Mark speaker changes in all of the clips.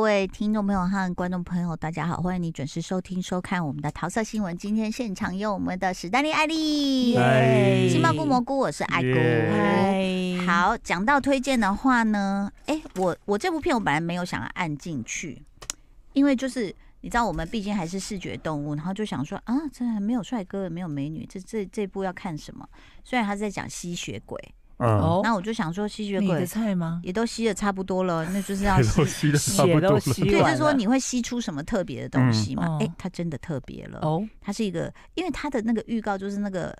Speaker 1: 位听众朋友和观众朋友，大家好，欢迎你准时收听收看我们的桃色新闻。今天现场有我们的史丹利、艾丽、
Speaker 2: 嗨
Speaker 1: 新猫菇蘑菇，我是艾
Speaker 2: 耶
Speaker 1: 菇。
Speaker 3: 嗨，
Speaker 1: 好，讲到推荐的话呢，哎，我我这部片我本来没有想要按进去，因为就是你知道我们毕竟还是视觉动物，然后就想说啊，这没有帅哥也没有美女，这这这部要看什么？虽然他在讲吸血鬼，
Speaker 2: 嗯，
Speaker 3: 哦，
Speaker 1: 那我就想说吸血
Speaker 3: 你
Speaker 1: 鬼
Speaker 3: 的菜吗？
Speaker 1: 也都吸的差不多了，那就是要
Speaker 2: 也
Speaker 1: 吸
Speaker 2: 都吸的差不
Speaker 3: 血
Speaker 2: 多
Speaker 3: 都
Speaker 2: 了，
Speaker 3: 吸
Speaker 1: 对，
Speaker 3: 完
Speaker 1: 就
Speaker 3: 了。
Speaker 1: 是说你会吸出什么特别的东西
Speaker 3: 嗯
Speaker 1: 嘛
Speaker 3: 哦？
Speaker 1: 哎、它真的特别了。
Speaker 3: 哦，
Speaker 1: 它是一个，因为它的那个预告就是那个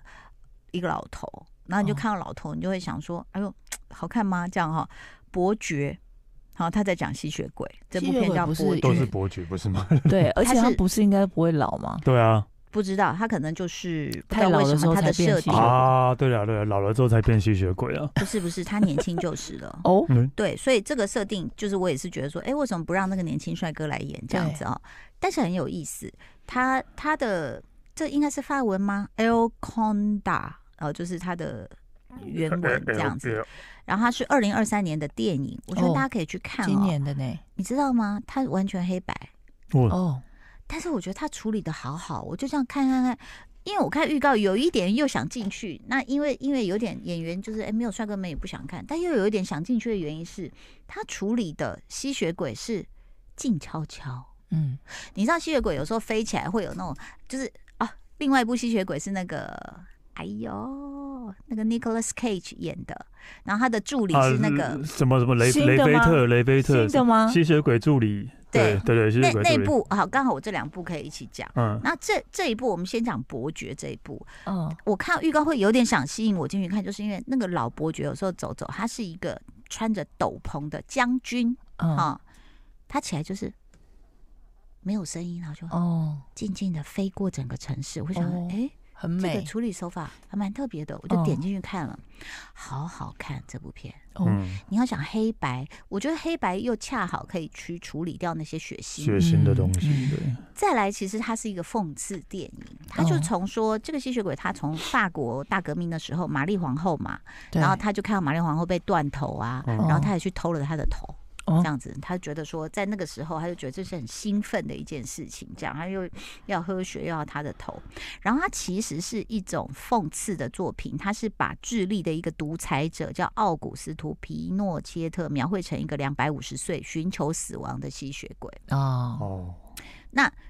Speaker 1: 一个老头，然后你就
Speaker 3: 哦
Speaker 1: 看到老头，你就会想说，哎呦，好看吗？这样哈、伯爵，好，他在讲吸血鬼，这部
Speaker 3: 吸血
Speaker 1: 片
Speaker 3: 鬼
Speaker 1: 叫
Speaker 3: 不是
Speaker 1: 伯
Speaker 2: 都
Speaker 1: 爵，
Speaker 2: 是伯爵不是吗？
Speaker 3: 对，而且
Speaker 1: 它
Speaker 3: 他
Speaker 1: 是
Speaker 3: 不是应该不会老吗？
Speaker 2: 对啊，
Speaker 1: 不知道他可能就是不知
Speaker 3: 太
Speaker 1: 道
Speaker 3: 老
Speaker 1: 为
Speaker 3: 的
Speaker 1: 什
Speaker 3: 时
Speaker 1: 么
Speaker 3: 候
Speaker 1: 他的
Speaker 3: 才变
Speaker 1: 设
Speaker 3: 吸
Speaker 1: 定
Speaker 3: 血鬼
Speaker 2: 啊，对了对了，老了之后才变吸血鬼啊。
Speaker 1: 不是不是，他年轻就是了。
Speaker 3: 哦，
Speaker 2: 嗯，
Speaker 1: 对，所以这个设定就是我也是觉得说，哎，为什么不让那个年轻帅哥来演这样子哦？但是很有意思，他他的这应该是法文吗？El Conda，哦，就是他的原
Speaker 2: 呃
Speaker 1: 文这样子。然后它是二零二三年的电影，我觉得
Speaker 3: 哦
Speaker 1: 大家可以去看哦。
Speaker 3: 今年的呢？
Speaker 1: 你知道吗？它完全黑白，
Speaker 2: 我
Speaker 3: 哦，
Speaker 1: 但是我觉得它处理的好好，我就这样看看看。因为我看预告有一点又想进去，那因为因为有点演员就是哎没有帅哥们也不想看，但又有一点想进去的原因是，他处理的吸血鬼是静悄悄。
Speaker 3: 嗯，
Speaker 1: 你知道吸血鬼有时候飞起来会有那种，就是啊，另外一部吸血鬼是那个，哎呦，那个 Nicolas Cage 演的，然后他的助理
Speaker 3: 哎
Speaker 1: 是那个、
Speaker 2: 啊什么什么雷
Speaker 3: 新
Speaker 2: 雷
Speaker 3: 的
Speaker 2: 菲
Speaker 3: 吗
Speaker 2: 特雷菲特
Speaker 3: 新的吗？
Speaker 2: 吸血鬼助理，
Speaker 1: 对
Speaker 2: 对对，吸
Speaker 1: 那
Speaker 2: 血鬼
Speaker 1: 那
Speaker 2: 助
Speaker 1: 一
Speaker 2: 理，
Speaker 1: 部，好，刚好我这两部可以一起讲。
Speaker 2: 嗯，
Speaker 1: 那这这一部，我们先讲伯爵这一部。
Speaker 3: 哦，
Speaker 1: 我看到预告会有点想吸引我进去看，就是因为那个老伯爵有时候走走，他是一个穿着斗篷的将军
Speaker 3: 嗯，
Speaker 1: 哈、他起来就是没有声音，然后就
Speaker 3: 哦，
Speaker 1: 静静的飞过整个城市。我想
Speaker 3: 哦，
Speaker 1: 哎、
Speaker 3: 很
Speaker 1: 这个
Speaker 3: 美。
Speaker 1: 处理手法还蛮特别的，我就点
Speaker 3: 哦
Speaker 1: 进去看了，好好看这部片。
Speaker 3: 哦，
Speaker 2: 嗯，
Speaker 1: 你要想黑白，我觉得黑白又恰好可以去处理掉那些血腥
Speaker 2: 血腥的东西，
Speaker 3: 嗯
Speaker 2: 对，
Speaker 1: 再来，其实它是一个讽刺电影，它就
Speaker 3: 哦
Speaker 1: 从说这个吸血鬼，他从法国大革命的时候，玛丽皇后嘛，
Speaker 3: 对
Speaker 1: 然后他就看到玛丽皇后被断头啊，
Speaker 2: 嗯
Speaker 1: 然后他也去偷了她的头，
Speaker 3: 哦
Speaker 1: 这样子，他觉得说在那个时候，他就觉得这是很兴奋的一件事情，这样他又要喝血，又要她的头，然后它其实是一种讽刺的作品，它是把智利的一个独裁者叫奥古斯图皮诺切特描绘成一个两百五十岁寻求死亡的吸血鬼。
Speaker 3: 哦，
Speaker 2: 哦，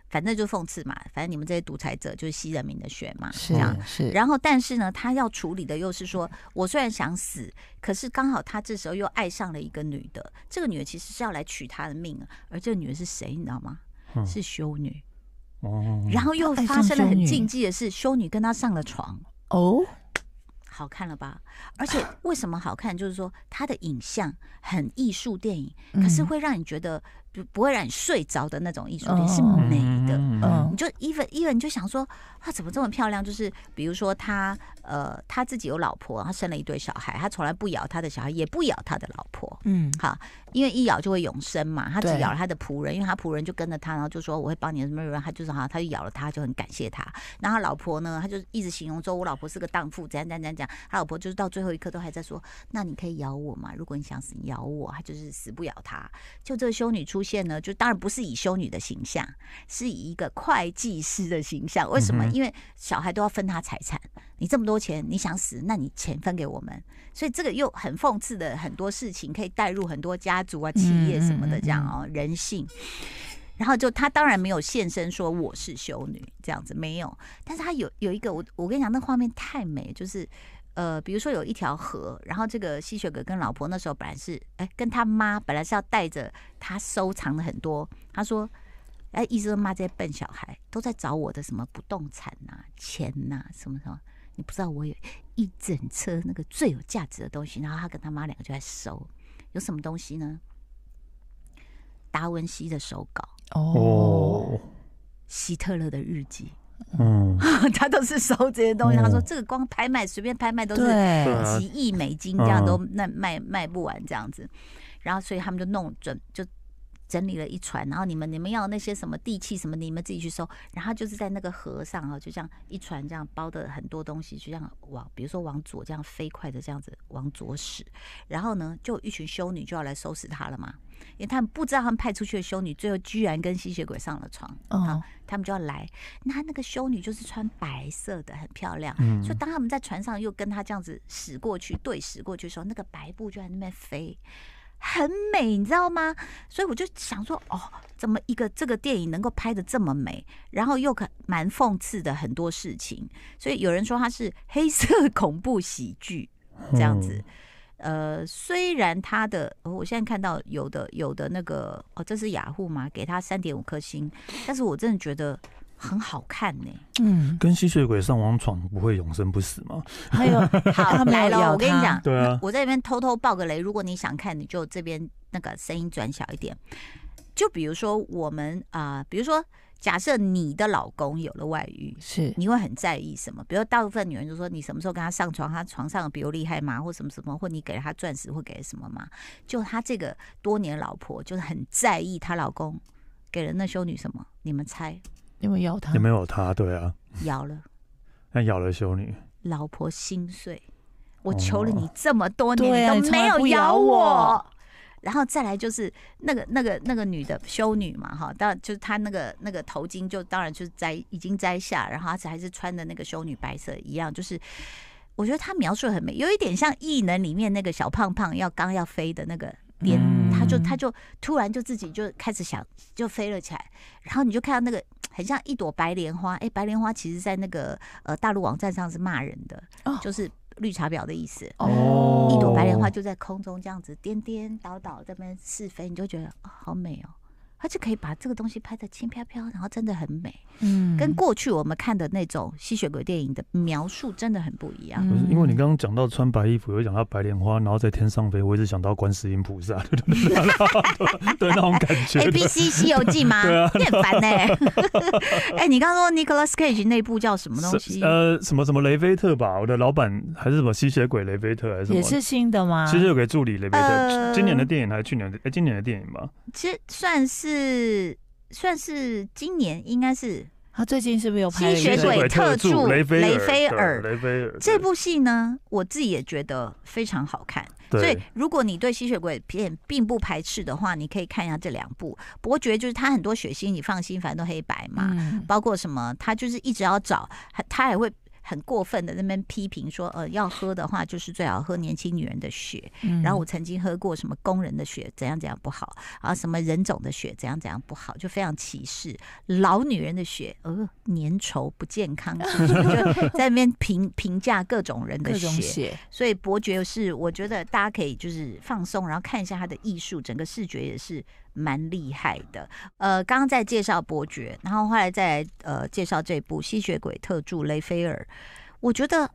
Speaker 1: 反正就讽刺嘛，反正你们这些独裁者就是吸人民的血嘛，
Speaker 3: 是
Speaker 1: 这样。
Speaker 3: 是，
Speaker 1: 然后，但是呢，他要处理的又是说，我虽然想死，可是刚好他这时候又爱上了一个女的，这个女的其实是要来取他的命啊，而这个女的是谁，你知道吗？
Speaker 2: 嗯
Speaker 1: 是修女。
Speaker 2: 哦，
Speaker 1: 然后又发生了
Speaker 3: 她爱上修
Speaker 1: 很
Speaker 3: 女
Speaker 1: 禁忌的事，修女跟他上了床，
Speaker 3: 哦，
Speaker 1: 好看了吧？而且为什么好看，就是说他的影像很艺术电影，可是
Speaker 3: 嗯
Speaker 1: 会让你觉得不不会让你睡着的那种艺术电影，
Speaker 3: 哦
Speaker 1: 是
Speaker 3: 嗯
Speaker 1: 美的。
Speaker 2: 嗯
Speaker 3: 嗯
Speaker 1: 你就 even even 你就想说，她怎么这么漂亮？就是比如说他呃他自己有老婆，他生了一对小孩，他从来不咬他的小孩，也不咬他的老婆，
Speaker 3: 嗯，
Speaker 1: 因为一咬就会永生嘛。他只
Speaker 3: 对
Speaker 1: 咬了他的仆人，因为他仆人就跟着他，然后就说我会帮你什么什么，他就是好，他就咬了他，就很感谢他。然后他老婆呢，他就一直形容说，我老婆是个荡妇，怎样怎样怎样怎样。他老婆就是到最后一刻都还在说，那你可以咬我嘛，如果你想死，你咬我。他就是死不咬他。就这个修女出现呢，就当然不是以修女的形象，是以一个会计师的形象。为什么？
Speaker 2: 嗯哼
Speaker 1: 因为小孩都要分他财产，你这么多钱，你想死，那你钱分给我们。所以这个又很讽刺的很多事情，可以带入很多家族啊、企业什么的这
Speaker 2: 嗯
Speaker 1: 样哦，人性。然后就他当然没有现身说我是修女这样子，没有。但是他有有一个我我跟你讲，那画面太美，就是呃，比如说有一条河，然后这个吸血鬼跟老婆那时候本来是哎跟他妈本来是要带着他收藏的很多，他说。哎，意思说骂这些笨小孩都在找我的什么不动产呐、钱呐、什么什么，你不知道我有一整车那个最有价值的东西，然后他跟他妈两个就在收，有什么东西呢？达文西的手稿，
Speaker 3: 哦，
Speaker 2: 哦，
Speaker 1: 希特勒的日记，
Speaker 2: 嗯，
Speaker 1: 他都是收这些东西。他说
Speaker 2: 哦
Speaker 1: 这个光拍卖随便拍卖都是嗯
Speaker 3: 对，
Speaker 2: 对啊
Speaker 1: 哎几亿美金，这样
Speaker 2: 嗯
Speaker 1: 都那卖卖不完这样子。然后所以他们就弄准就整理了一船，然后你们你们要那些什么地契什么，你们自己去收。然后就是在那个河上啊，就这样一船这样包的很多东西，就这样往，比如说往左这样飞快的这样子往左驶，然后呢，就有一群修女就要来收拾他了嘛，因为他们不知道他们派出去的修女最后居然跟吸血鬼上了床，
Speaker 3: 哦
Speaker 1: 好，他们就要来。那那个修女就是穿白色的，很漂亮。
Speaker 2: 嗯
Speaker 1: 所以当他们在船上又跟他这样子驶过去，对驶过去的时候，那个白布就在那边飞，很美，你知道吗？所以我就想说，哦，怎么一个这个电影能够拍的这么美，然后又可蛮讽刺的很多事情，所以有人说它是黑色恐怖喜剧这样
Speaker 2: 嗯
Speaker 1: 子。呃，虽然它的、哦我现在看到有的有的那个哦，这是雅虎嘛，给它三点五颗星，但是我真的觉得很好看呢、
Speaker 3: 嗯，
Speaker 2: 跟吸血鬼上完床不会永生不死吗？
Speaker 3: 还有
Speaker 1: 好，
Speaker 3: 没有
Speaker 1: 来了，
Speaker 3: 咬
Speaker 1: 我跟你
Speaker 3: 它
Speaker 1: 讲，
Speaker 2: 对啊，
Speaker 1: 我在这边偷偷爆个雷，如果你想看，你就这边那个声音转小一点。就比如说我们啊、呃比如说假设你的老公有了外遇，
Speaker 3: 是
Speaker 1: 你会很在意什么？比如大部分女人就说你什么时候跟他上床，他床上有比我厉害吗？或什么什么，或你给了他钻石或给了什么吗？就她这个多年老婆就是很在意她老公给了那修女什么？你们猜？
Speaker 3: 因为咬它
Speaker 2: 有，没有他？对啊，
Speaker 1: 咬了
Speaker 2: 那咬了修女，
Speaker 1: 老婆心碎。我
Speaker 2: 哦
Speaker 1: 求了你这么多
Speaker 3: 对
Speaker 1: 年，
Speaker 3: 啊
Speaker 1: 你
Speaker 3: 你
Speaker 1: 都
Speaker 3: 从
Speaker 1: 没
Speaker 3: 来
Speaker 1: 有
Speaker 3: 不
Speaker 1: 咬
Speaker 3: 咬
Speaker 1: 我
Speaker 3: 我。
Speaker 1: 然后再来就是那个那个那个女的修女嘛，哈，当然就是她那个那个头巾就当然就是摘已经摘下，然后她还是穿的那个修女白色一样，就是我觉得她描述得很美，有一点像《异能》里面那个小胖胖要刚要飞的那个点，
Speaker 2: 嗯
Speaker 1: 她就她就突然就自己就开始想就飞了起来，然后你就看到那个很像一朵白莲花，哎，白莲花其实在那个呃大陆网站上是骂人的，
Speaker 3: 哦
Speaker 1: 就是绿茶婊的意思。
Speaker 3: 哦，
Speaker 1: 一朵白莲花就在空中这样子颠颠倒倒这边是非，你就觉得、哦、好美哦。它就可以把这个东西拍得轻飘飘，然后真的很美，
Speaker 3: 嗯
Speaker 1: 跟过去我们看的那种吸血鬼电影的描述真的很不一样。
Speaker 3: 嗯
Speaker 2: 不是因为你刚刚讲到穿白衣服，又讲到白莲花，然后在天上飞，我一直想到观世音菩萨，对对对对对对那种感觉
Speaker 1: A
Speaker 2: 的
Speaker 1: B C《西游记》吗？
Speaker 2: 对啊
Speaker 1: 你很烦呢、 哎，你刚刚说 Nicolas Cage 那部叫什么东西
Speaker 2: 是？呃，什么什么雷菲特吧，我的老板还是什么吸血鬼雷菲特还是什么？
Speaker 3: 也是新的吗？
Speaker 2: 吸血鬼助理雷菲特，
Speaker 1: 呃
Speaker 2: 今年的电影还是去年的？哎、今年的电影吧，
Speaker 1: 其实算是算是今年应该是
Speaker 3: 他最近是不是有拍了一
Speaker 1: 吸
Speaker 3: 个
Speaker 1: 血鬼特助
Speaker 2: 雷菲
Speaker 1: 雷
Speaker 2: 尔
Speaker 1: 菲尔
Speaker 2: 对雷菲尔
Speaker 1: 这部戏呢，我自己也觉得非常好看。
Speaker 2: 对
Speaker 1: 所以，如果你对吸血鬼片并不排斥的话，你可以看一下这两部。不过，觉得就是它很多血腥，你放心，反正都黑白嘛。
Speaker 3: 嗯，
Speaker 1: 包括什么，他就是一直要找，还他还会很过分的那边批评说，呃，要喝的话就是最好喝年轻女人的血。
Speaker 3: 嗯
Speaker 1: 然后我曾经喝过什么工人的血，怎样怎样不好啊，什么人种的血怎样怎样不好，就非常歧视老女人的血，呃，粘稠不健康， 是不是就在那边评评价各种人的
Speaker 3: 各种
Speaker 1: 血。
Speaker 3: 血，
Speaker 1: 所以伯爵是我觉得大家可以就是放松，然后看一下他的艺术，整个视觉也是蛮厉害的。呃，刚刚在介绍伯爵，然后后来再来呃介绍这部《吸血鬼特助雷菲尔》，我觉得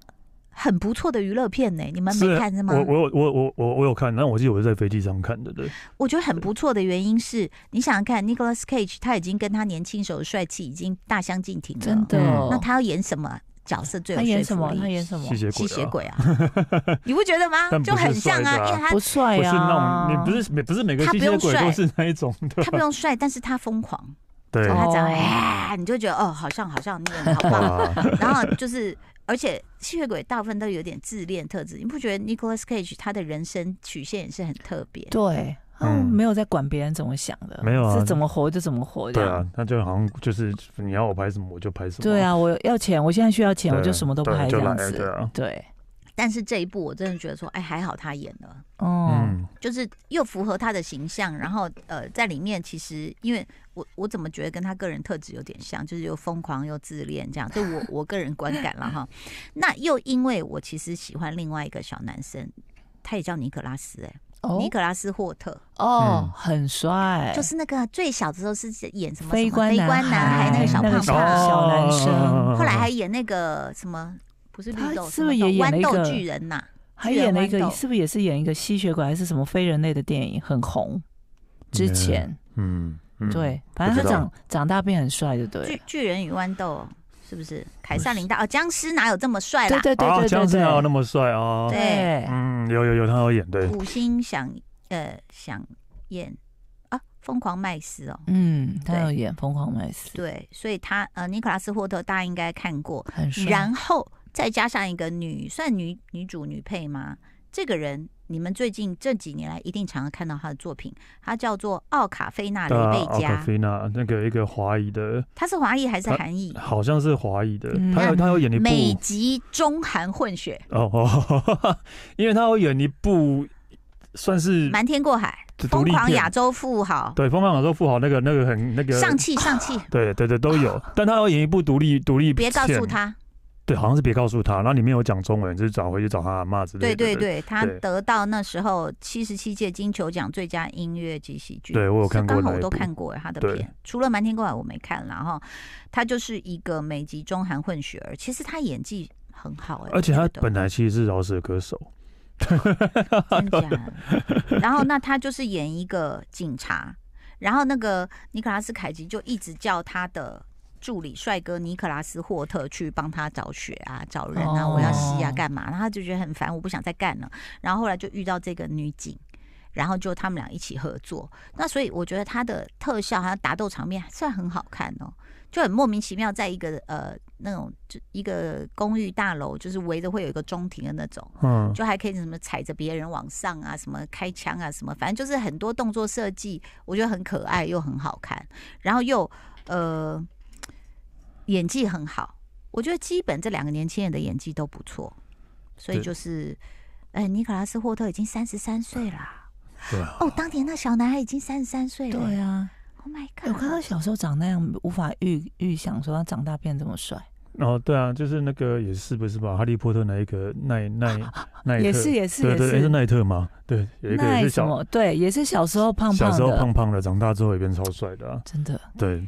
Speaker 1: 很不错的娱乐片呢、你们没
Speaker 2: 是
Speaker 1: 看是吗？
Speaker 2: 我我有我我我我有看，但我记得我是在飞机上看的，对，
Speaker 1: 我觉得很不错的原因是，你想想看，Nicolas Cage 他已经跟他年轻时候的帅气已经大相径庭了，
Speaker 3: 真的
Speaker 2: 嗯
Speaker 3: 哦。
Speaker 1: 那他要演什么角色最有
Speaker 3: 他演什
Speaker 1: 说
Speaker 3: 么？
Speaker 1: 服
Speaker 3: 他
Speaker 1: 力？
Speaker 3: 演什么
Speaker 2: 吸？血鬼、啊，
Speaker 1: 吸血鬼啊， 你不觉得吗？
Speaker 2: 但不
Speaker 1: 就是很像
Speaker 2: 帅
Speaker 1: 啊，
Speaker 2: 的啊
Speaker 1: 因为他
Speaker 3: 不帅啊
Speaker 2: 不是
Speaker 3: 呀，
Speaker 2: 那种，你不是每不是每个
Speaker 1: 他
Speaker 2: 吸
Speaker 1: 不用
Speaker 2: 血鬼
Speaker 1: 帅
Speaker 2: 都是那一种的，
Speaker 1: 他不用帅，但是他疯狂，
Speaker 2: 对哦
Speaker 1: 他只要
Speaker 3: 哦
Speaker 1: 哎，你就觉得哦，好像好像你很好棒。
Speaker 2: 哇，
Speaker 1: 然后就是，而且吸血鬼大部分都有点自恋特质，你不觉得 Nicolas Cage 他的人生曲线也是很特别？
Speaker 3: 对，
Speaker 2: 嗯
Speaker 3: 嗯，没有在管别人怎么想的，
Speaker 2: 没有啊
Speaker 3: 是怎么活就怎么活这
Speaker 2: 对
Speaker 3: 样
Speaker 2: 啊。，他就好像就是你要我拍什么我就拍什么，
Speaker 3: 对
Speaker 2: 对，
Speaker 3: 啊，我要钱，我现在需要钱，我就什么都
Speaker 2: 对
Speaker 3: 拍
Speaker 2: 就
Speaker 3: 这样
Speaker 2: 来了对
Speaker 3: 子。哦
Speaker 2: 啊，
Speaker 3: 对，
Speaker 1: 但是这一部我真的觉得说，哎，还好他演了。
Speaker 3: 哦，
Speaker 2: 嗯，
Speaker 1: 就是又符合他的形象，然后呃，在里面其实因为我我怎么觉得跟他个人特质有点像，就是又疯狂又自恋这样，就 我我个人观感了哈。那又因为我其实喜欢另外一个小男生，他也叫尼可拉斯、哎、尼
Speaker 3: 哦
Speaker 1: 可拉斯霍特，
Speaker 3: 哦
Speaker 2: 嗯，
Speaker 3: 很帅，
Speaker 1: 就是那个最小的时候是演什么
Speaker 3: 非官哎
Speaker 1: 什么非官男孩那个小
Speaker 2: 嗯
Speaker 3: 那
Speaker 1: 胖
Speaker 3: 个哦
Speaker 2: 哦
Speaker 1: 胖，
Speaker 3: 小男生
Speaker 1: 后来还演那个什么不是绿豆，
Speaker 3: 他是不是也演了
Speaker 1: 豌
Speaker 3: 一个
Speaker 1: 豆巨人呐、
Speaker 3: 还演了一
Speaker 1: 巨人
Speaker 3: 个，
Speaker 1: 豌豆
Speaker 3: 是不是也是演一个吸血鬼还是什么非人类的电影，很红。之前
Speaker 2: 嗯，嗯，
Speaker 3: 对，反正
Speaker 2: 不
Speaker 3: 他
Speaker 2: 知道
Speaker 3: 长长大变很帅，就对了。
Speaker 1: 巨巨人与豌豆是不是？凯撒琳达哦，僵尸哪有这么帅啦
Speaker 3: 对？对对
Speaker 2: 啊，
Speaker 3: 对
Speaker 2: 姜
Speaker 3: 对
Speaker 2: 思达那
Speaker 3: 对，
Speaker 2: 么帅啊，
Speaker 3: 对，
Speaker 2: 嗯，有有有，他有演对，
Speaker 1: 五星想呃想宴啊，疯狂麦斯哦，
Speaker 3: 嗯，他
Speaker 1: 对
Speaker 3: 有演《疯狂麦斯》，
Speaker 1: 对，所以他呃，尼古拉斯霍特大家应该看过，
Speaker 3: 很帅。
Speaker 1: 然后再加上一个女，算女女主女配吗？这个人，你们最近这几年来一定常常看到她的作品，她叫做奥卡菲娜雷
Speaker 2: 大
Speaker 1: 贝
Speaker 2: 奥卡
Speaker 1: 加，
Speaker 2: 菲娜啊哦那个一个华裔的，
Speaker 1: 她是华裔还是
Speaker 2: 她
Speaker 1: 韩裔？
Speaker 2: 好像是华裔的
Speaker 3: 嗯，
Speaker 2: 他有他有演一部
Speaker 1: 美籍中韩混血，
Speaker 2: 哦哦， 因为他有演一部算是
Speaker 1: 瞒天过海，
Speaker 2: 这独
Speaker 1: 疯
Speaker 2: 立
Speaker 1: 狂
Speaker 2: 片
Speaker 1: 亚洲富豪，
Speaker 2: 对《疯狂亚洲富豪》那个那个很那个啊
Speaker 1: 上气上气，
Speaker 2: 对对对都
Speaker 3: 哦
Speaker 2: 有，但他有演一部独立独立
Speaker 1: 别告诉
Speaker 2: 片
Speaker 1: 他，
Speaker 2: 对，好像是别告诉他，然后里面有讲中文，就是找回去找他阿妈之类
Speaker 1: 对
Speaker 2: 的。
Speaker 1: 对对，他
Speaker 2: 对
Speaker 1: 得到那时候七十七届金球奖最佳音乐及喜剧，
Speaker 2: 对我有
Speaker 1: 是
Speaker 2: 看过
Speaker 1: 刚好
Speaker 2: 那
Speaker 1: 我
Speaker 2: 一
Speaker 1: 都
Speaker 2: 部
Speaker 1: 看过他的
Speaker 2: 对
Speaker 1: 片，除了《瞒天过海》我没看啦，然后他就是一个美籍中韩混血儿，其实他演技很好哎、
Speaker 2: 而且
Speaker 1: 我
Speaker 2: 他
Speaker 1: 觉得
Speaker 2: 本来其实是饶舌歌手，
Speaker 1: 真假的然后那他就是演一个警察，然后那个尼可拉斯凯奇就一直叫他的。助理帅哥尼可拉斯霍特去帮他找血啊，找人啊，
Speaker 3: 哦
Speaker 1: 我要吸啊，干嘛？然后他就觉得很烦，我不想再干了。然后后来就遇到这个女警，然后就他们俩一起合作。那所以我觉得他的特效还有打斗场面算很好看哦，就很莫名其妙，在一个呃那种就一个公寓大楼，就是围着会有一个中庭的那种，
Speaker 2: 嗯，
Speaker 1: 就还可以什么踩着别人往上啊，什么开枪啊，什么，反正就是很多动作设计，我觉得很可爱又很好看，然后又呃演技很好，我觉得基本这两个年轻人的演技都不错，所以
Speaker 2: 对
Speaker 1: 就是，哎，尼可拉斯霍特已经三十三岁啦，
Speaker 2: 对啊，
Speaker 1: 哦，当年那小男孩已经三十三岁了，
Speaker 3: 对啊，
Speaker 1: ，Oh my
Speaker 3: 我看他
Speaker 1: god，
Speaker 3: 小时候长那样，无法预预想说他长大变这么帅，
Speaker 2: 然后对啊，就是那个也是不是吧？哈利波特那一个 奈奈奈特，
Speaker 3: 也是也是
Speaker 2: 对
Speaker 3: 也
Speaker 2: 对，诶是
Speaker 3: 是。
Speaker 2: 奈特吗？对，有一个也
Speaker 3: 那
Speaker 2: 是
Speaker 3: 什
Speaker 2: 小
Speaker 3: 么？对，也是小时候胖
Speaker 2: 小
Speaker 3: 胖
Speaker 2: 时候
Speaker 3: 的，
Speaker 2: 胖胖的，长大之后也变超帅的啊。
Speaker 3: 真的
Speaker 2: 对，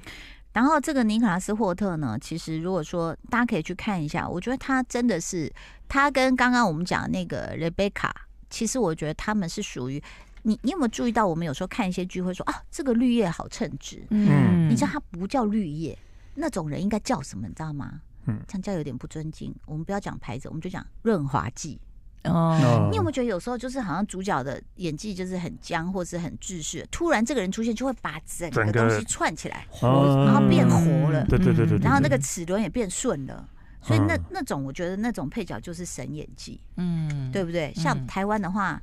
Speaker 1: 然后这个尼可拉斯霍特呢，其实如果说大家可以去看一下，我觉得他真的是他跟刚刚我们讲的那个 Rebecca，其实我觉得他们是属于你，你有没有注意到？我们有时候看一些剧会说啊，这个绿叶好称职，
Speaker 2: 嗯
Speaker 1: 你知道它不叫绿叶，那种人应该叫什么？你知道吗？
Speaker 2: 嗯
Speaker 1: 这样叫有点不尊敬。我们不要讲牌子，我们就讲润滑剂。
Speaker 3: 哦，
Speaker 1: 你有没有觉得有时候就是好像主角的演技就是很僵，或是很自私，突然这个人出现，就会把整个
Speaker 2: 整个
Speaker 1: 东西串起来。
Speaker 2: 嗯
Speaker 1: 然后变活了
Speaker 2: 对对对对对
Speaker 1: 然后那个
Speaker 3: 嗯
Speaker 1: 齿轮也变顺了，所以那
Speaker 2: 嗯
Speaker 1: 那种我觉得那种配角就是神演技，
Speaker 3: 嗯，
Speaker 1: 对不对？像
Speaker 3: 嗯
Speaker 1: 台湾的话，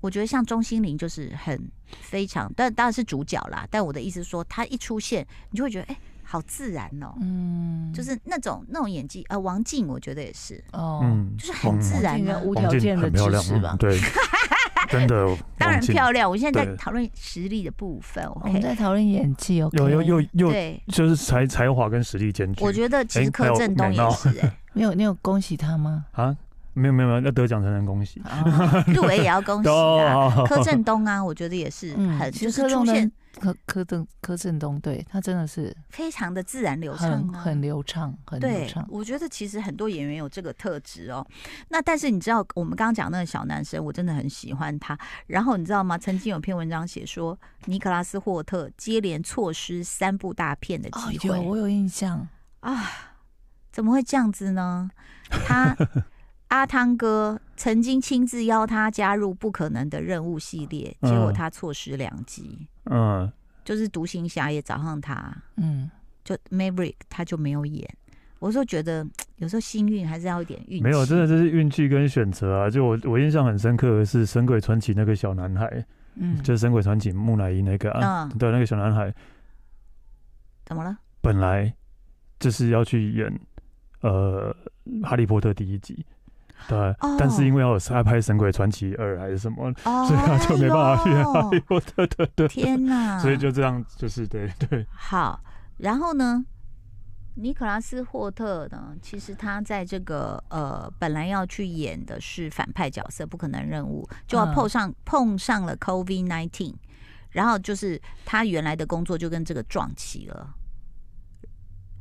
Speaker 1: 我觉得像钟欣凌就是很非常，但当然是主角啦。但我的意思是说，他一出现，你就会觉得哎、好自然哦，
Speaker 3: 嗯，
Speaker 1: 就是那种那种演技。呃，王静我觉得也是，
Speaker 3: 哦，
Speaker 2: 嗯，
Speaker 1: 就是很
Speaker 2: 王
Speaker 1: 自然
Speaker 3: 王
Speaker 1: 啊
Speaker 3: 静跟吴无
Speaker 2: 王
Speaker 3: 条
Speaker 2: 静
Speaker 3: 件的
Speaker 2: 很漂亮
Speaker 3: 支持吧
Speaker 2: 嗯对，真的，
Speaker 1: 当然
Speaker 2: 王静
Speaker 1: 漂亮。我现在在
Speaker 2: 对
Speaker 1: 讨论实力的部分
Speaker 3: 我们
Speaker 1: ，OK？
Speaker 3: 在讨论演技，OK，
Speaker 2: 有有有有，
Speaker 1: 对，
Speaker 2: 就是才才华跟实力兼具。
Speaker 1: 我觉得其
Speaker 2: 哎
Speaker 1: 实
Speaker 2: 还
Speaker 1: 柯
Speaker 2: 有
Speaker 1: 震东
Speaker 2: 美
Speaker 1: 也
Speaker 2: 貌
Speaker 1: 是哎、
Speaker 3: 你有你有恭喜他吗？
Speaker 2: 啊，没有没有没有，要得奖才能恭喜。
Speaker 3: 啊
Speaker 1: 入围也要恭喜啊。
Speaker 2: 哦，
Speaker 1: 柯震东啊，我觉得也是
Speaker 3: 嗯
Speaker 1: 很，
Speaker 3: 其
Speaker 1: 就
Speaker 3: 实
Speaker 1: 是
Speaker 3: 柯
Speaker 1: 出
Speaker 3: 震
Speaker 1: 现
Speaker 3: 东柯柯震柯震东，对他真的是
Speaker 1: 非常的自然流畅、
Speaker 3: 很
Speaker 1: 啊，
Speaker 3: 很流畅，很流
Speaker 1: 对
Speaker 3: 畅，。
Speaker 1: 我觉得其实很多演员有这个特质哦。那但是你知道，我们刚刚讲那个小男生，我真的很喜欢他。然后你知道吗？曾经有篇文章写说，尼可拉斯霍特接连错失三部大片的
Speaker 3: 哦
Speaker 1: 机，会、
Speaker 3: 有我有印象，
Speaker 1: 啊，怎么会这样子呢？ 他阿汤哥曾经亲自邀他加入《不可能的任务》系列，结果
Speaker 2: 嗯
Speaker 1: 他错失两集，
Speaker 2: 嗯，
Speaker 1: 就是独行侠也找上他。
Speaker 3: 嗯，
Speaker 1: 就 Maverick 他就没有演。我说觉得有时候幸运还是要一点运气。
Speaker 2: 没有，真的这是运气跟选择啊。就我我印象很深刻的是《神鬼传奇》那个小男孩，
Speaker 3: 嗯，
Speaker 2: 就是《神鬼传奇》木乃伊那个啊，
Speaker 1: 嗯
Speaker 2: 对，那个小男孩
Speaker 1: 怎么了？
Speaker 2: 本来就是要去演呃《哈利波特》第一集。对，但是因为要他拍《神鬼传奇二》还是什么，
Speaker 1: 哦
Speaker 2: 所以他就没办法去演《哈
Speaker 1: 哎
Speaker 2: 利
Speaker 1: 呦
Speaker 2: 波特》的，对，
Speaker 1: 天啊哪！
Speaker 2: 所以就这样，就是对对，
Speaker 1: 好。然后呢，尼可拉斯霍特呢，其实他在这个呃本来要去演的是反派角色，不可能任务，就要
Speaker 3: 嗯
Speaker 1: 碰上、碰上了 COVID nineteen，然后就是他原来的工作就跟这个撞期了，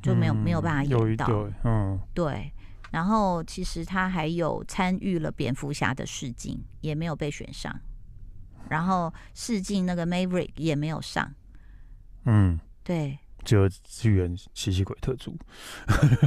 Speaker 1: 就没有、没有办法
Speaker 2: 嗯有一
Speaker 1: 演到。
Speaker 2: 对，嗯，
Speaker 1: 对，然后其实他还有参与了蝙蝠侠的试镜，也没有被选上。然后试镜那个 Maverick 也没有上，
Speaker 2: 嗯，
Speaker 1: 对，
Speaker 2: 就去演吸血鬼特助。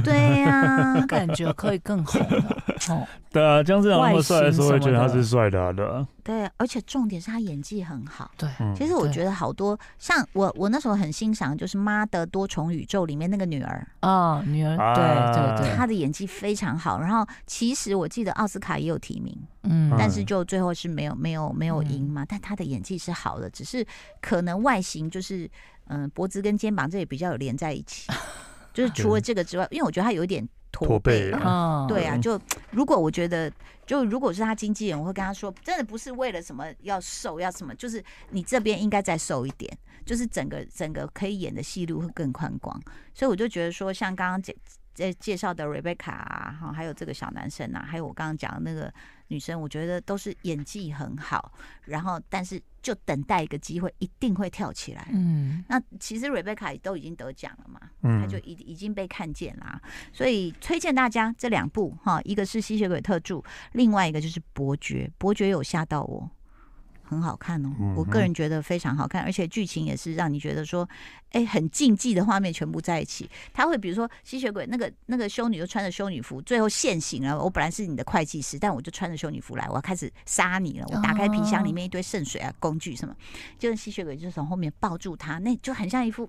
Speaker 1: 对呀、
Speaker 3: 他感觉可以更红了。哦，
Speaker 2: 对啊，姜志阳那么帅的时候，
Speaker 3: 外
Speaker 2: 会觉得
Speaker 3: 形什么的
Speaker 2: 他是帅的、啊，对啊。
Speaker 1: 对，而且重点是他演技很好。
Speaker 3: 对，
Speaker 2: 嗯，
Speaker 1: 其实我
Speaker 3: 对
Speaker 1: 觉得好多像我，我那时候很欣赏，就是《妈的多重宇宙》里面那个女儿，
Speaker 3: 啊，女儿，
Speaker 2: 啊
Speaker 3: 对对
Speaker 1: 她
Speaker 3: 对，
Speaker 1: 的演技非常好。然后其实我记得奥斯卡也有提名，
Speaker 3: 嗯
Speaker 1: 但是就最后是没有没有没有赢
Speaker 3: 嗯
Speaker 1: 嘛。但她的演技是好的，只是可能外形就是嗯、呃脖子跟肩膀这里比较有连在一起， 就是除了这个之外，因为我觉得她有一点驼
Speaker 2: 驼
Speaker 1: 背
Speaker 2: 背
Speaker 1: 啦。
Speaker 3: 啊
Speaker 1: 对啊，
Speaker 2: 嗯
Speaker 1: 就如果我觉得，就如果是他经纪人，我会跟他说，真的不是为了什么要瘦要什么，就是你这边应该再瘦一点，就是整个整个可以演的戏路会更宽广。所以我就觉得说，像刚刚介介介绍的 Rebecca 啊，哈，还有这个小男生啊，还有我刚刚讲的那个女生，我觉得都是演技很好，然后但是就等待一个机会，一定会跳起来。
Speaker 3: 嗯，
Speaker 1: 那其实 Rebecca 都已经得奖了嘛，他
Speaker 2: 嗯
Speaker 1: 就已已经被看见啦，所以推荐大家这两部哈，一个是《吸血鬼特助》，另外一个就是《伯爵》。《伯爵》有吓到我，很好看哦，
Speaker 2: 嗯哼
Speaker 1: 我个人觉得非常好看，而且剧情也是让你觉得说，哎，很禁忌的画面全部在一起。他会比如说吸血鬼那个那个修女就穿着修女服，最后现形了。我本来是你的会计师，但我就穿着修女服来，我要开始杀你了。我打开皮箱里面一堆圣水啊、工具什么，就是吸血鬼就从后面抱住他，那就很像一幅。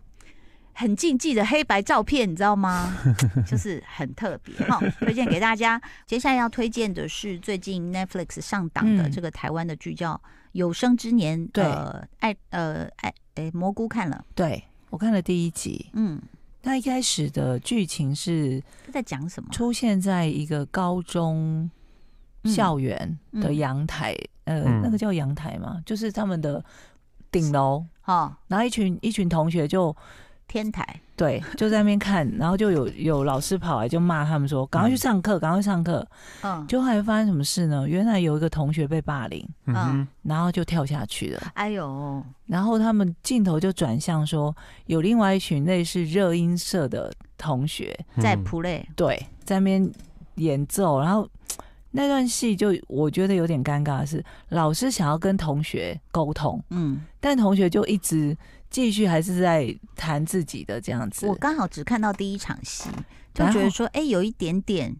Speaker 1: 很禁忌的黑白照片，你知道吗？ 就是很特别哈，推荐给大家。接下来要推荐的是最近 Netflix 上档的
Speaker 3: 嗯
Speaker 1: 这个台湾的剧，叫《有生之年》。
Speaker 3: 对
Speaker 1: 呃，爱呃爱诶、蘑菇看了，
Speaker 3: 对我看了第一集，
Speaker 1: 嗯，
Speaker 3: 那一开始的剧情是
Speaker 1: 他在讲什么？
Speaker 3: 出现在一个高中校园的
Speaker 1: 嗯
Speaker 3: 阳台，呃，
Speaker 2: 嗯
Speaker 3: 那个叫阳台嘛，就是他们的顶楼，
Speaker 1: 哦，
Speaker 3: 然后一群一群同学就
Speaker 1: 天台，
Speaker 3: 对就在那边看，然后就有有老师跑来就骂他们说，赶快去上课，赶快去上课。
Speaker 1: 嗯，
Speaker 3: 就后来发生什么事呢？原来有一个同学被霸凌，
Speaker 2: 嗯哼，
Speaker 3: 然后就跳下去了。
Speaker 1: 哎呦，
Speaker 3: 然后他们镜头就转向说，有另外一群类似热音社的同学，
Speaker 1: 在
Speaker 2: 嗯
Speaker 1: play，
Speaker 3: 对，在那边演奏，然后那段戏就我觉得有点尴尬的是，老师想要跟同学沟通，
Speaker 1: 嗯，
Speaker 3: 但同学就一直继续还是在谈自己的这样子
Speaker 1: 我。刚好只看到第一场戏，就
Speaker 3: 然
Speaker 1: 觉得
Speaker 3: 后
Speaker 1: 说，哎、有一点点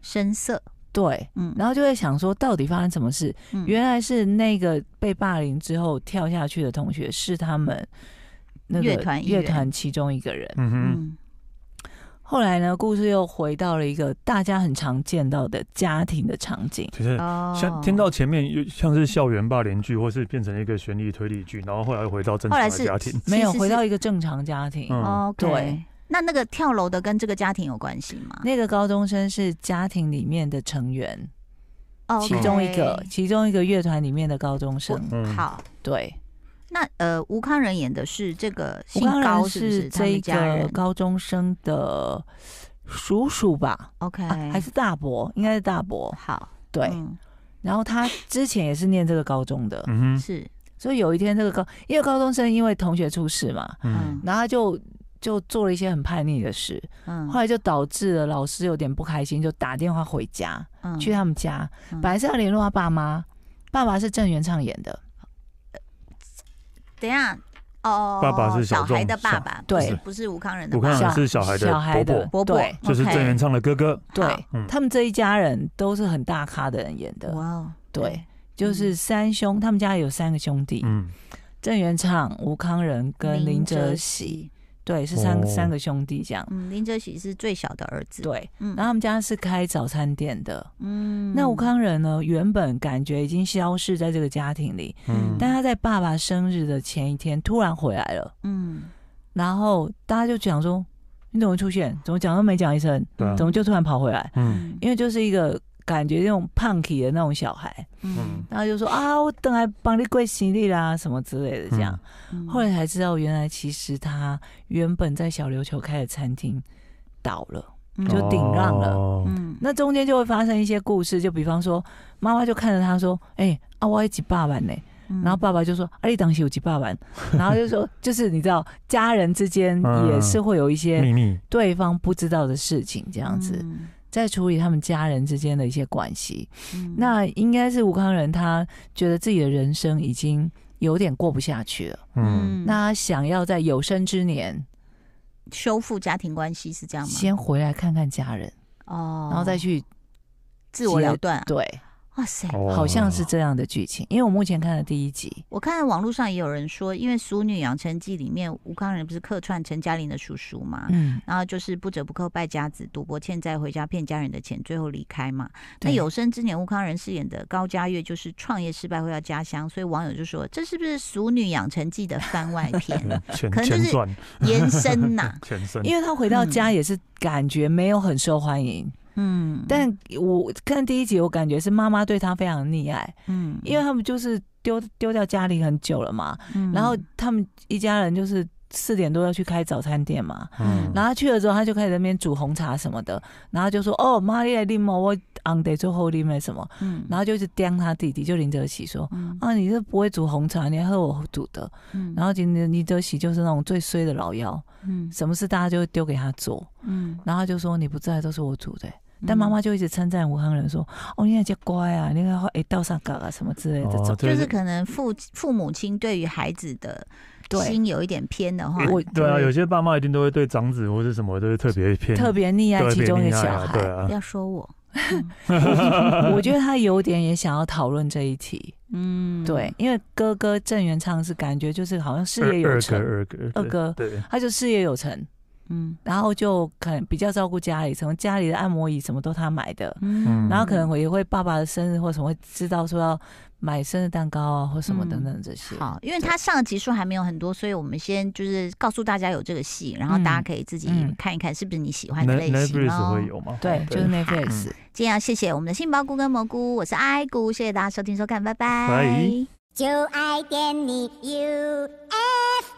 Speaker 1: 深色，
Speaker 3: 对，
Speaker 1: 嗯，
Speaker 3: 然后就会想说，到底发生什么事？
Speaker 1: 嗯
Speaker 3: 原来是那个被霸凌之后跳下去的同学是他们那个
Speaker 1: 乐团一员
Speaker 3: 乐团其中一个人。
Speaker 2: 嗯哼，
Speaker 1: 嗯
Speaker 3: 后来呢，故事又回到了一个大家很常见到的家庭的场景。
Speaker 2: 其实
Speaker 1: 哦
Speaker 2: 像听到前面又像是校园霸凌剧，或是变成一个悬疑推理剧，然后后来又回到正
Speaker 1: 后来
Speaker 2: 常
Speaker 1: 是哦
Speaker 2: 的家庭，
Speaker 3: 没有
Speaker 1: 是是
Speaker 3: 回
Speaker 1: 是
Speaker 3: 到一个正常家庭，
Speaker 2: 嗯
Speaker 1: OK，
Speaker 3: 对
Speaker 1: 那那个跳楼的跟这个家庭有关系吗？
Speaker 3: 那个高中生是家庭里面的成员，
Speaker 1: 哦，
Speaker 3: 其中一个，其中一个乐团里面的高中生。
Speaker 2: 嗯，
Speaker 1: 好。
Speaker 3: 对，
Speaker 1: 那呃，吴康仁演的是这个
Speaker 3: 我
Speaker 1: 姓高，
Speaker 3: 刚刚
Speaker 1: 是不是他
Speaker 3: 这一
Speaker 1: 们家
Speaker 3: 个
Speaker 1: 人
Speaker 3: 高中生的叔叔吧，
Speaker 1: ？OK，
Speaker 3: 啊还是哦大伯，应该是大伯。
Speaker 1: 好，
Speaker 3: 对，
Speaker 1: 哎嗯
Speaker 3: 然后他之前也是念这个高中的，
Speaker 2: 嗯哼，
Speaker 1: 是，
Speaker 3: 所以有一天这个高，因为高中生因为同学出事嘛，
Speaker 2: 嗯
Speaker 1: 嗯
Speaker 3: 然后他就就做了一些很叛逆的事，
Speaker 1: 嗯
Speaker 3: 后来就导致了老师有点不开心，就打电话回家，
Speaker 1: 嗯
Speaker 3: 去他们家，
Speaker 1: 嗯
Speaker 3: 本来是要联络他爸妈，爸爸是郑元畅演的，
Speaker 1: 等一下哦，
Speaker 2: 爸爸是
Speaker 1: 小
Speaker 2: 小
Speaker 1: 孩的
Speaker 2: 众
Speaker 1: 爸
Speaker 2: 小
Speaker 1: 爸，
Speaker 3: 对
Speaker 1: 不是不是吴康仁的
Speaker 2: 吴
Speaker 1: 爸
Speaker 2: 康
Speaker 1: 爸，
Speaker 2: 仁
Speaker 3: 小
Speaker 2: 是小孩的
Speaker 3: 小孩的
Speaker 2: 伯
Speaker 1: 伯伯
Speaker 3: 对
Speaker 2: 就是郑
Speaker 1: OK
Speaker 2: 元畅的哥哥，
Speaker 3: 对
Speaker 1: 好，
Speaker 2: 嗯
Speaker 3: 他们这一家人都是很大咖的人演的，
Speaker 1: 哇哦，
Speaker 3: 对，就是三兄，他们家有三个兄弟，
Speaker 2: 嗯，
Speaker 3: 郑元畅、吴康仁跟林哲喜，
Speaker 1: 喜，
Speaker 3: 对，是三
Speaker 2: 哦
Speaker 3: 三个兄弟这样，
Speaker 1: 嗯，林哲喜是最小的儿子，，
Speaker 3: 对。
Speaker 1: 嗯
Speaker 3: 然后他们家是开早餐店的。
Speaker 1: 嗯
Speaker 3: 那吴康仁呢，原本感觉已经消失在这个家庭里，
Speaker 2: 嗯
Speaker 3: 但他在爸爸生日的前一天突然回来了，
Speaker 1: 嗯，
Speaker 3: 然后大家就讲说：“你怎么会出现？怎么讲都没讲一声，
Speaker 2: 对啊
Speaker 3: 怎么就突然跑回来？”
Speaker 2: 嗯
Speaker 1: 嗯
Speaker 3: 因为就是一个感觉那种胖 k 的那种小孩，
Speaker 1: 嗯
Speaker 3: 然后就说：“啊，我等来帮你跪行李啦，什么之类的。”这样，
Speaker 1: 嗯
Speaker 3: 后来才知道，原来其实他原本在小琉球开的餐厅倒了。
Speaker 1: 嗯
Speaker 3: 就顶让了
Speaker 2: 哦
Speaker 1: 嗯
Speaker 3: 那中间就会发生一些故事，就比方说，妈妈就看着他说：“哎、啊，我一起爸爸呢。”
Speaker 1: 嗯
Speaker 3: 然后爸爸就说：“啊，你当时有几爸爸？”然后就说：“ 就是你知道，家人之间
Speaker 1: 嗯
Speaker 3: 也是会有一些
Speaker 2: 秘密，
Speaker 3: 对方不知道的事情，这样子，
Speaker 1: 嗯
Speaker 3: 在处理他们家人之间的一些关系。
Speaker 1: 嗯
Speaker 3: 那应该是吴康仁，他觉得自己的人生已经有点过不下去了，
Speaker 2: 嗯
Speaker 3: 那他想要在有生之年
Speaker 1: 修复家庭关系是这样吗？
Speaker 3: 先回来看看家人，
Speaker 1: 哦，
Speaker 3: 然后再去
Speaker 1: 自我了断。
Speaker 3: 对，
Speaker 1: 哇塞！
Speaker 2: 哦
Speaker 3: 好像是这样的剧情。因为我目前看了第一集，
Speaker 1: 我看网络上也有人说，因为《俗女养成记》里面吴康仁不是客串陈嘉玲的叔叔嘛，
Speaker 3: 嗯，
Speaker 1: 然后就是不折不扣败家子，赌博欠债回家骗家人的钱，最后离开嘛。那
Speaker 3: 对
Speaker 1: 有生之年，吴康仁饰演的高佳月就是创业失败回到家乡，所以网友就说这是不是《俗女养成记》的番外篇
Speaker 2: 全
Speaker 1: 可能就
Speaker 2: 全
Speaker 1: 是
Speaker 2: 转
Speaker 1: 延伸呐、
Speaker 2: 全身，
Speaker 3: 因为他回到家
Speaker 1: 嗯
Speaker 3: 也是感觉没有很受欢迎，
Speaker 1: 嗯，
Speaker 3: 但我看第一集，我感觉是妈妈对他非常溺爱，
Speaker 1: 嗯，
Speaker 3: 因为他们就是丢丢掉家里很久了嘛，
Speaker 1: 嗯
Speaker 3: 然后他们一家人就是四点多要去开早餐店嘛，
Speaker 1: 嗯
Speaker 3: 然后他去了之后，他就开始在那边煮红茶什么的，然后就说：“哦，妈你来拎嘛，我 on day 最后拎嘛什么。”
Speaker 1: 嗯
Speaker 3: 然后就一直刁他弟弟，就林则徐说：“
Speaker 1: 嗯
Speaker 3: 啊，你这不会煮红茶，你还喝我煮的。”
Speaker 1: 嗯
Speaker 3: 然后林则林则徐就是那种最衰的老妖，
Speaker 1: 嗯
Speaker 3: 什么事大家就会丢给他做，
Speaker 1: 嗯，
Speaker 3: 然后他就说：“你不在都是我煮的、欸但妈妈就一直称赞武汉人说：“哦，你那家乖啊，你看哎倒上嘎啊什么之类的这种。
Speaker 2: 哦
Speaker 1: 就
Speaker 2: 对
Speaker 1: 是可能父父母亲对于孩子的
Speaker 3: 对
Speaker 1: 心有一点偏的话，
Speaker 3: 我
Speaker 2: 对啊，有些爸妈一定都会对长子或是什么都是特别偏，
Speaker 3: 嗯特别溺爱
Speaker 2: 特
Speaker 3: 其
Speaker 2: 别
Speaker 3: 中一个
Speaker 2: 溺爱
Speaker 3: 小
Speaker 2: 啊对
Speaker 3: 孩，
Speaker 2: 啊
Speaker 1: 不，要说我，
Speaker 3: 我 觉得他有点也想要讨论这一题，
Speaker 1: 嗯，
Speaker 3: 对，，因为哥哥郑元畅是感觉就是好像事业
Speaker 2: 二
Speaker 3: 有
Speaker 2: 二哥
Speaker 3: 成，
Speaker 2: 二哥对
Speaker 3: 二哥
Speaker 2: 对，
Speaker 3: 他就事业有成，
Speaker 1: 嗯
Speaker 3: 然后就可能比较照顾家里，从家里的按摩椅什么都他买的，
Speaker 1: 嗯
Speaker 3: 然后可能我也会爸爸的生日或什么会知道说要买生日蛋糕啊或什么等等这些，
Speaker 1: 嗯好，因为他上的集数还没有很多，所以我们先就是告诉大家有这个戏，然后大家可以自己
Speaker 3: 嗯嗯
Speaker 1: 看一看是不是你喜欢的
Speaker 2: n
Speaker 1: 类
Speaker 2: e t f
Speaker 1: 型
Speaker 2: l i x
Speaker 1: 哦。
Speaker 2: 会有吗？
Speaker 3: 对，就是 Netflix。
Speaker 1: 今天要谢谢我们的杏鲍菇跟蘑菇，我是爱菇，谢谢大家收听收看，拜拜
Speaker 2: 拜。
Speaker 4: 就爱点你 UFO。